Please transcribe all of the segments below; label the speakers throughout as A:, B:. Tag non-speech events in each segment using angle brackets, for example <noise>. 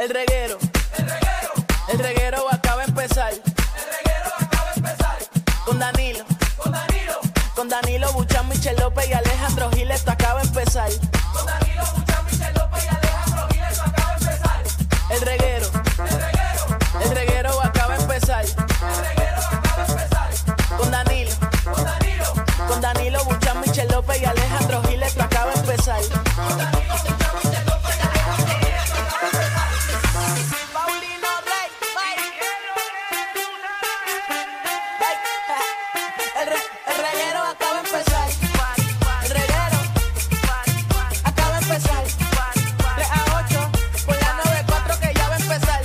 A: El reguero. El reguero acaba de empezar. Con Danilo. Con Danilo Buchan, Michel López y Alejandro Gil, esto acaba de empezar. El reguero. El reguero acaba de empezar. Con Danilo. Con Danilo Buchan, Michel López y Alejandro Gil, esto acaba de empezar. Paulino Rey, El, re- el reguero acaba de empezar. El reguero acaba de empezar. 3 a 8 por la 94 que ya va a empezar.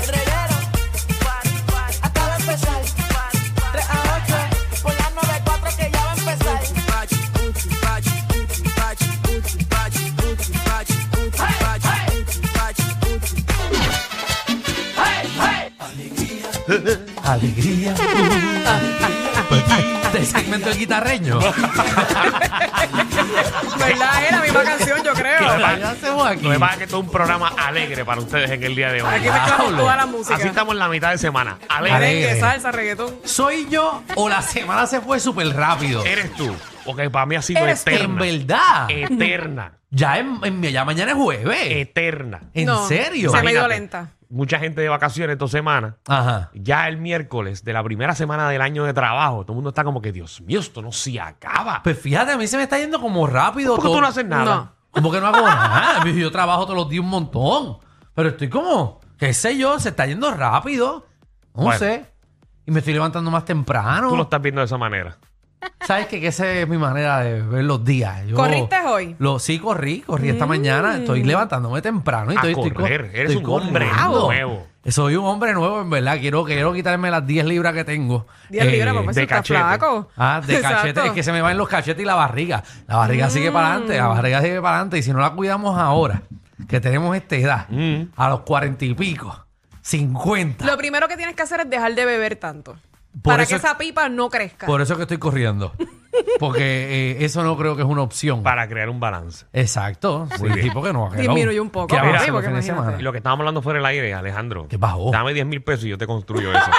A: El reguero acaba de empezar. 3 a 8 por la 94 que ya va a empezar.
B: Alegría. Este segmento del guitarreño.
C: ¿Verdad? Es la misma canción, yo creo.
D: Lo demás-
B: ¿Qué hacemos aquí?
D: Lo que pasa es que esto es un programa alegre para ustedes en el día de
C: Aquí
D: hoy.
C: mezclamos
B: Diablo.
C: toda la música.
D: Así estamos en la mitad de semana. Alegre.
C: Merengue,
B: Alegre.
C: salsa, reggaetón.
B: ¿Soy yo o la semana se fue súper rápido?
D: Eres tú. Porque para mí ha sido
C: Eres tú.
B: En
D: eterna. Eh.
B: verdad.
D: Eterna.
B: <laughs> Ya, en, en- ya mañana es
D: Eh,
B: jueves.
D: Eterna.
B: ¿En
C: No,
B: serio?
C: Se me ha ido
D: Imagínate,
C: lenta.
D: Mucha gente de vacaciones dos semanas.
B: Ajá.
D: Ya el miércoles de la primera semana del año de trabajo, todo el mundo está como que, Dios mío, esto no se acaba.
B: Pues fíjate, a mí se me está yendo como rápido.
D: ¿Por qué
B: todo.
D: tú no haces nada?
C: No.
B: Como que no hago nada. <laughs> Yo yo trabajo todos los días un montón. Pero estoy como, qué sé yo, se está yendo rápido. No
D: Bueno.
B: sé. Y me estoy levantando más temprano.
D: Tú lo estás viendo de esa manera.
B: ¿Sabes qué? Que esa es mi manera de ver los días. Yo-
C: ¿Corriste hoy? Mm.
B: Lo, sí, corrí, corrí esta mañana. Estoy levantándome temprano y
D: A
B: estoy, estoy
D: correr.
B: co-
D: Eres
B: estoy
D: un hombre
B: corriendo.
D: nuevo.
B: Soy un hombre nuevo, en verdad. Quiero, quiero quitarme las 10 libras que tengo.
C: 10
B: Eh,
C: libras, papá,
D: de
C: si estás
D: cachete.
C: flaco.
B: Ah, de
C: <laughs> Exacto. Mm.
B: cachete. Es que se me van los cachetes y la barriga. La barriga sigue para adelante, la barriga sigue para adelante. Y si no la cuidamos ahora, que tenemos esta edad,
D: Mm.
B: a los cuarenta y pico, 50.
C: Lo primero que tienes que hacer es dejar de beber tanto.
B: Por
C: para
B: eso-
C: que esa pipa no crezca.
B: Por eso es que estoy corriendo. Porque eh, eso no creo que es una opción.
D: Para crear un balance.
B: Exacto. Sí,
D: bien.
B: tipo que no ha quedado.
C: Disminuye un poco,
B: Que
C: sí,
B: avance los
C: porque
B: fines de
C: imagínate.
B: semana.
D: Y lo que estábamos hablando fuera del aire, Alejandro.
B: Ah. ¿Qué bajó?
D: Dame 10 mil pesos y yo te construyo
C: <laughs>
D: eso.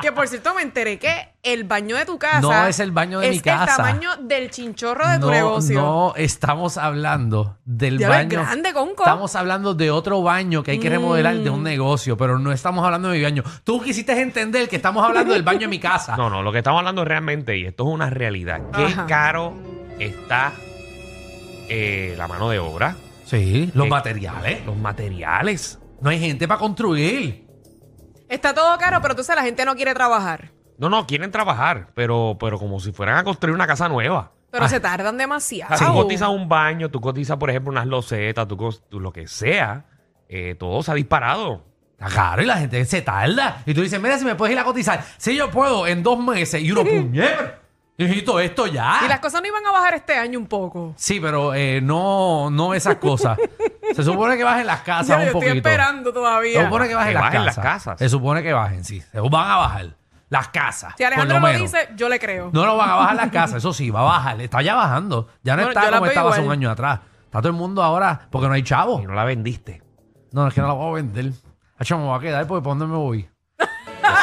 C: Que por cierto, me enteré que el baño de tu casa.
B: No es el baño de mi
C: Es
B: casa.
C: el tamaño del chinchorro de tu
B: no,
C: negocio.
B: no estamos hablando del
C: Ya ves,
B: baño.
C: grande, Conco.
B: Estamos hablando de otro baño que hay que remodelar de
C: Mm.
B: un negocio, pero no estamos hablando de mi baño. Tú quisiste entender que estamos hablando del baño de mi casa.
D: <laughs> No, no, lo que estamos hablando realmente, y esto es una realidad, qué
C: Ah. Ajá.
D: caro está eh, la mano de obra,
B: Sí, los
D: Eh,
B: materiales.
D: los materiales.
B: No hay gente para construir.
C: Está todo caro, pero tú sabes, la gente no quiere trabajar.
D: No, no, quieren trabajar, pero, pero como si fueran a construir una casa nueva.
C: Pero
B: Ah.
C: se tardan
D: O
C: demasiado.
D: sea, tú cotizas un baño, tú cotizas, por ejemplo, unas losetas, tú, cos- tú lo que sea, eh, todo se ha disparado.
B: Está caro y la gente se tarda. Y tú dices, mira, si me puedes ir a cotizar. Sí, yo puedo en dos meses. Y
C: <laughs>
B: uno, puñet. Hijito, esto ya.
C: Y las cosas no iban a bajar este año un poco.
B: Sí, pero eh, no, no esas cosas. Se supone que bajen las casas
C: Ya,
B: Ah, un
C: yo estoy
B: poquito.
C: esperando
B: Se
C: todavía.
B: supone que bajen,
D: Que
B: las,
D: bajen las
B: casas.
D: casas.
B: Se supone que bajen, sí. Se van a bajar las casas.
C: Si
B: por
C: Alejandro
B: lo
C: lo,
B: menos.
C: dice, yo le creo.
B: No, no van a bajar las casas. Eso sí, va a bajar. Está ya bajando. Ya no
C: Bueno, yo
B: está
C: la
B: como
C: veo
B: estaba hace un
C: igual.
B: año atrás. Está todo el mundo ahora porque no hay chavo.
D: Y no la vendiste.
B: No, es que no la voy a vender. Hacho, me voy a quedar porque ¿para dónde me voy?
D: Pues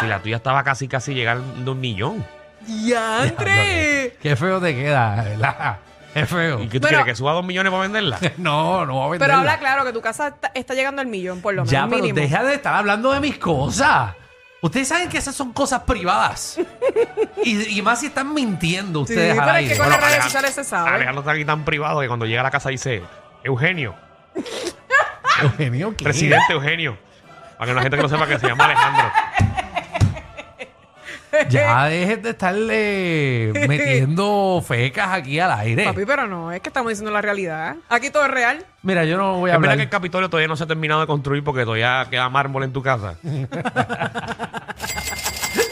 D: Si la tuya estaba casi, casi llegando a un millón.
C: ¡Diantre!
B: Qué feo te queda, ¿verdad? Es feo.
D: ¿Y qué tú
C: Bueno.
D: quieres? ¿Que suba dos millones para venderla?
B: <laughs> No, no voy a vender.
C: Pero habla claro que tu casa está, está llegando al millón, por lo menos.
B: Ya, pero
C: mínimo.
B: deja de estar hablando de mis cosas. Ustedes saben que esas son cosas privadas. y, y más si están mintiendo
C: Sí,
B: ustedes. al
C: pero es
B: aire.
C: que con las redes
D: Alejandro-
C: sociales se sabe.
D: Alejandro está aquí tan privado que cuando llega a la casa dice, Eugenio,
B: Eugenio, ¿qué?
D: Presidente Eugenio. Para que la gente que no sepa que se llama Alejandro.
B: Ya dejes de
C: <laughs>
B: estarle metiendo fecas aquí al aire.
C: Papi, pero no, es que estamos diciendo la realidad. ¿eh? Aquí todo es real.
B: Mira, yo no <laughs> voy a
D: Es verdad
B: hablar.
D: que el Capitolio todavía no se ha terminado de construir porque todavía queda mármol en tu casa.
B: <laughs>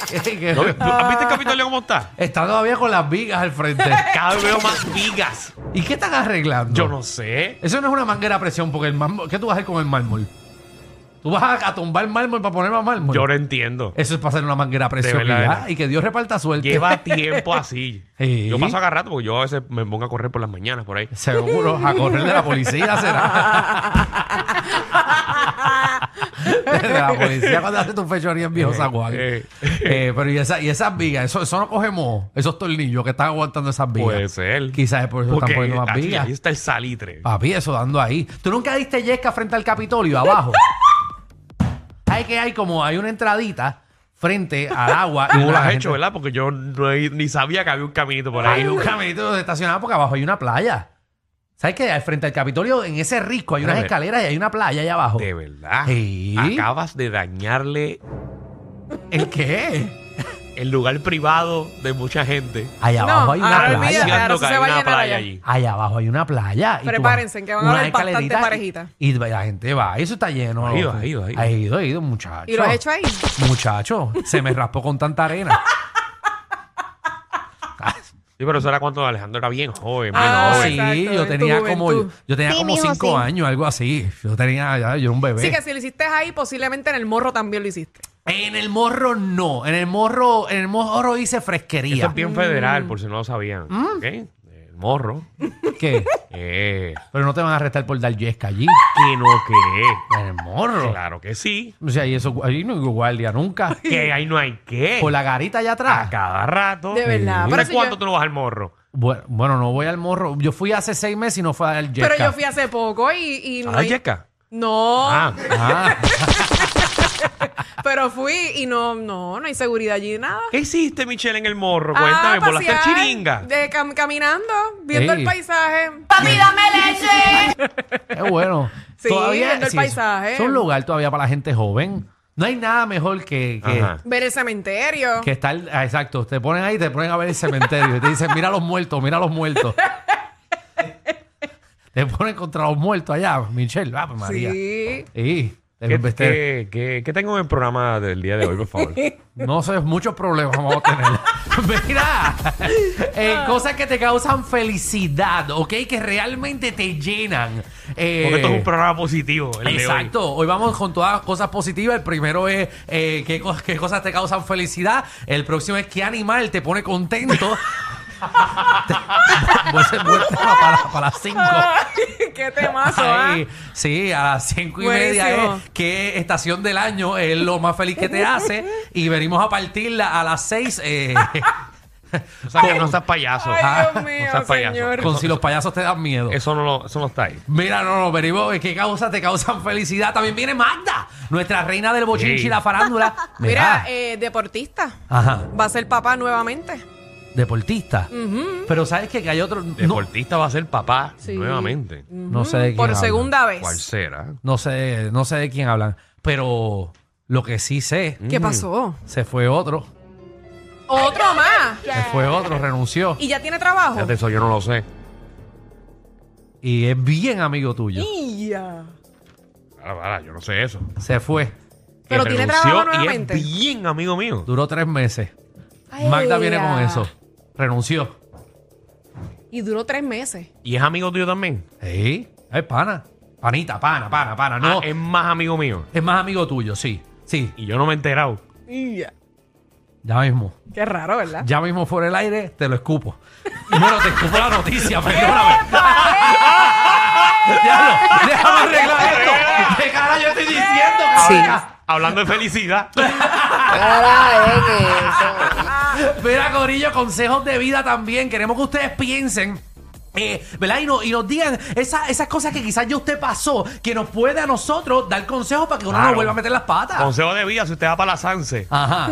B: Que-
D: ¿No? ¿Tú- ¿Has visto el Capitolio cómo está?
B: Está todavía con las vigas al
C: <laughs>
B: frente.
D: Cada vez veo más vigas.
B: ¿Y qué están arreglando?
D: Yo no sé.
B: Eso no es una manguera a presión, porque el mármol. ¿Qué tú vas a hacer con el mármol? ¿Tú vas a, a tumbar mármol para poner más mármol?
D: Yo no entiendo.
B: Eso es para hacer una manguera a presión.
D: De verdad,
B: y ya,
D: verdad.
B: y que Dios reparta suerte. <laughs>
D: Lleva tiempo así.
B: Sí.
D: Yo paso a rato porque yo a veces me pongo a correr por las mañanas por ahí.
B: Seguro, a correr de la policía será.
D: <laughs>
B: de la policía cuando hace tu fechoría en viejo San Juan.
D: eh.
B: Eh, pero y, esa- y esas vigas, eso, eso no cogemos, esos tornillos que están aguantando esas vigas.
D: Puede ser.
B: Quizás es por eso
D: Porque
B: están poniendo más
D: aquí-
B: vigas. Ah,
D: Ahí está el salitre.
B: Papi, eso dando ahí. ¿Tú nunca diste yesca frente al Capitolio,
D: <laughs>
B: abajo? hay que hay como, hay una entradita frente al agua. y
D: Tú lo
B: la
D: has
B: gente- Ah,
D: hecho, ¿verdad? Porque yo no he- ni sabía que había un caminito por ahí.
B: Hay un caminito estacionado porque abajo hay una playa. ¿Sabes qué? Al Frente al Capitolio, en ese risco, hay unas
D: Espérame.
B: escaleras y hay una playa allá abajo.
D: De verdad.
B: Sí.
D: Acabas de dañarle
B: ¿El
C: <laughs>
B: qué?
D: el lugar privado de mucha gente.
B: Allá abajo
C: No,
B: hay una
C: ahora
B: playa.
C: Ah, olvídate.
D: Diciendo
C: ahora eso
D: que
C: se
D: hay
C: va a
D: una
C: llenar allá.
D: playa allí.
B: Allá abajo hay una playa. y tú vas-
C: Prepárense, que van a
B: una
C: haber bastantes
B: escalerita y-
C: parejitas.
B: Y, la gente va, eso está lleno.
D: Ha ido,
B: loco.
D: ha ido, ha ido.
B: Ha ido, ha ido, muchacho.
C: ¿Y lo has hecho ahí?
B: Muchacho, se me raspó con tanta arena.
D: Sí, pero eso era cuando Alejandro era bien joven. bien
C: <laughs> Ah,
D: joven.
B: sí,
C: exacto,
B: yo
C: en tu
B: tenía como yo,
C: juventud.
B: tenía
A: Sí,
B: como
A: mijo,
B: cinco
A: sí.
B: años, algo así. Yo tenía, ya, yo era un bebé.
C: Sí, que si lo hiciste ahí, posiblemente en el morro también lo hiciste.
B: En el morro no, en el morro, en el morro hice fresquería.
D: Eso es bien federal, por si no lo sabían.
C: Mm.
D: ¿Ok? El morro.
B: ¿Qué?
D: Eh,
B: Pero no te van a arrestar por dar yesca allí.
D: que no que.
B: En el morro.
D: Claro que sí.
B: O sea, y eso, ahí no hay guardia
D: <laughs>
B: nunca.
D: Que ahí no hay que.
B: Por la garita allá
D: A
B: atrás.
D: cada rato.
C: De verdad,
D: ¿Tú
C: pero
D: ¿Sabes
C: si
D: cuánto
C: yo-
D: tú no vas al morro?
B: Bueno, bueno, no voy al morro. Yo fui hace seis meses y no fui a dar yesca.
C: Pero yo fui hace poco y, y
D: ¿A
C: no.
D: la
C: hay-
D: yeca?
C: No,
D: Ah,
B: Ah,
C: pero fui y no, no, no hay seguridad allí, nada.
D: ¿qué hiciste, Michelle, en el morro?
C: Ah,
D: Cuéntame, por hacer
C: pasear,
D: chiringa.
C: de cam- caminando, viendo
B: Ey.
C: el paisaje.
B: es bueno.
C: Sí, viendo el
B: es-
C: paisaje.
B: Es un lugar todavía para la gente joven. No hay nada mejor que, que-
D: Ajá.
C: Ver el cementerio.
B: que estar. ah, Exacto. Te ponen ahí, te ponen a ver el cementerio. y te dicen, mira los muertos, mira los muertos. te ponen contra los muertos allá, Michelle. Ah, pues, María.
C: Sí.
B: Sí, te
D: ¿Qué,
B: viste-
D: qué- qué- qué tengo en el programa del día de hoy, por
C: <laughs>
D: favor?
B: No sé, muchos problemas vamos a
D: <laughs>
B: tener. Mira, eh, cosas que te causan felicidad, ¿ok? Que realmente te llenan. Eh,
D: Porque esto es un programa positivo. el de hoy.
B: Exacto, hoy vamos con todas las cosas positivas. El primero es eh, ¿qué, co- qué cosas te causan felicidad. El próximo es qué animal te pone contento. <laughs> Voy a hacer vuelta para, para las 5.
C: Ay, <laughs> qué temazo, ¿ah?
B: sí, a las 5 y
C: Buenísimo.
B: media es qué estación del año es lo más feliz que te
C: <laughs>
B: hace. Y venimos a partirla a las eh, 6.
D: O sea, que no seas payaso. Ah,
C: Ay,
D: No
C: Dios mío,
D: seas payaso.
C: señor.
B: con si los payasos te dan miedo.
D: Eso no, lo- eso no está ahí.
B: Mira, no, no, venimos, ¿qué causas te causan felicidad? También viene Magda, nuestra reina del bochinchi
D: Sí.
B: y la farándula.
C: <laughs> Mira, eh, deportista.
B: Ajá,
C: Va a ser papá nuevamente.
B: deportista. Pero ¿sabes qué? Que hay otro... No,
D: Deportista va a ser papá
C: Sí.
D: nuevamente.
B: no sé de quién
C: mm, Por
B: hablan.
C: segunda vez.
D: ¿Cuál será?
B: No sé, no sé de quién hablan. Pero lo que sí sé,
C: ¿Qué pasó?
B: se fue otro.
C: Otro más.
B: Se fue otro, renunció.
C: Y ya tiene trabajo.
D: Fíjate, eso yo no lo sé.
B: Y es bien amigo tuyo.
C: Ya.
D: Para, para, yo no sé eso.
B: Se fue.
C: Pero
D: Que
C: tiene
D: renunció
C: trabajo
D: y
C: nuevamente.
D: es bien amigo mío.
B: Duró tres meses. Magda viene con eso. Renunció.
C: Y duró tres meses.
D: ¿Y es amigo tuyo también?
B: Sí. Es pana. Panita, pana, pana, pana. No.
D: Ah, es más amigo mío.
B: Es más amigo tuyo, sí. Sí.
D: Y yo no me he enterado.
C: Ya.
B: Ya mismo.
C: Qué raro, ¿verdad?
B: Ya mismo fuera el aire, te lo escupo. Bueno, te escupo la noticia, perdóname. <laughs> Diablo, déjame arreglar esto. ¿Qué cara yo estoy diciendo? cabrón?
D: Hablando de
C: <laughs>
D: felicidad.
B: Mira, Corillo, consejos de vida también. Queremos que ustedes piensen. eh, ¿Verdad? Y, no- y nos digan esa- esas cosas que quizás ya usted pasó, que nos puede a nosotros dar consejos para que uno no
D: Claro.
B: vuelva a meter las patas.
D: Consejo de vida, si usted va para la Sanse,
C: <laughs>
B: Ajá.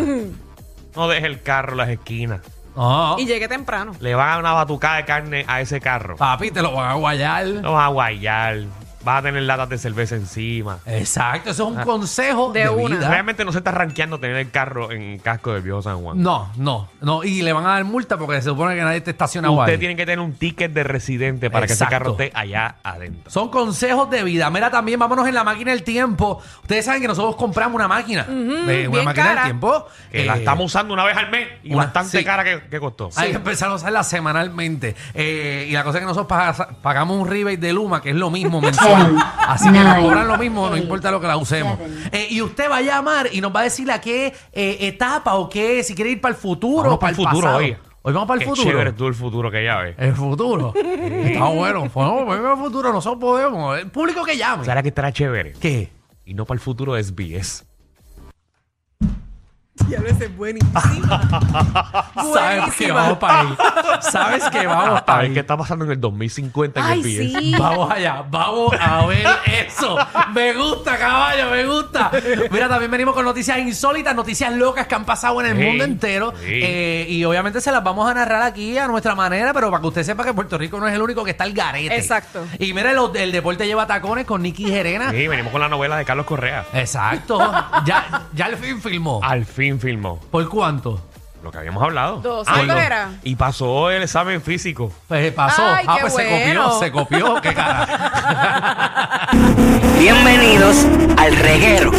D: no deje el carro en las esquinas.
B: No,
C: Y llegué temprano.
D: Le van a dar una batucada de carne a ese carro.
B: papi, te lo van a guayar.
D: Lo van a guayar. Vas a tener latas de cerveza encima.
B: Exacto, eso
D: Ah.
B: es un consejo de,
C: De una.
B: vida.
D: Realmente no se está rankeando tener el carro en casco del viejo San Juan.
B: No, no, no. Y le van a dar multa porque se supone que nadie te estaciona
D: Usted
B: ahí.
D: tiene que tener un ticket de residente para que ese
B: Exacto.
D: carro esté allá adentro.
B: Son consejos de vida. Mira, también vámonos en la máquina del tiempo. Ustedes saben que nosotros compramos una máquina. Eh, una
C: bien
B: máquina
C: cara.
B: del tiempo.
D: Que la
B: eh,
D: estamos usando una vez al mes y
B: una-
D: bastante
B: sí.
D: cara que, que costó.
B: Hay que empezar a usarla semanalmente. Eh, y la cosa es que nosotros paga- pagamos un rebate de Luma, que es lo mismo mensual. Así que nos
E: Nine,
B: cobran lo mismo, no
E: eight,
B: importa lo que la usemos.
E: seven.
B: Eh, y usted va a llamar y nos va a decir a qué eh, etapa o qué, si quiere ir para el futuro
D: Vamos
B: o para el futuro hoy. Hoy vamos para el
D: Qué
B: futuro.
D: chévere tú el futuro que ya ves.
B: El futuro. Está bueno. Podemos volver al futuro. Nosotros podemos. El público que llame.
D: ¿Sabes que estará chévere?
B: ¿Qué?
D: Y no para el futuro de SBS.
C: Ya lo es buenísima.
B: Sabes que vamos para ahí. <laughs> Sabes que vamos
D: A
B: para
D: ver
B: ahí.
D: qué está pasando en el 2050 en
C: Ay,
D: SBS.
C: sí.
B: Vamos allá, vamos a ver eso. Me gusta, caballo, me gusta. Mira, también venimos con noticias insólitas, noticias locas que han pasado en el
D: Sí,
B: mundo entero.
D: sí.
B: Eh, y obviamente se las vamos a narrar aquí a nuestra manera, pero para que usted sepa que Puerto Rico no es el único que está al garete.
C: Exacto.
B: Y mira, lo- el, deporte lleva tacones con Nicky Gerena.
D: Sí, venimos con la novela de Carlos Correa.
B: Exacto. Ya, ya al fin filmó.
D: Al fin filmó
B: ¿Por cuánto?
D: lo que habíamos hablado.
C: Dos.
D: Ah,
C: ¿Cuándo
D: no.
C: era?
D: Y pasó el examen físico.
B: Pues pasó.
C: Ay,
B: ah,
C: qué
B: pues
C: bueno.
B: se copió, se copió. Qué cara.
A: Bienvenidos al reguero.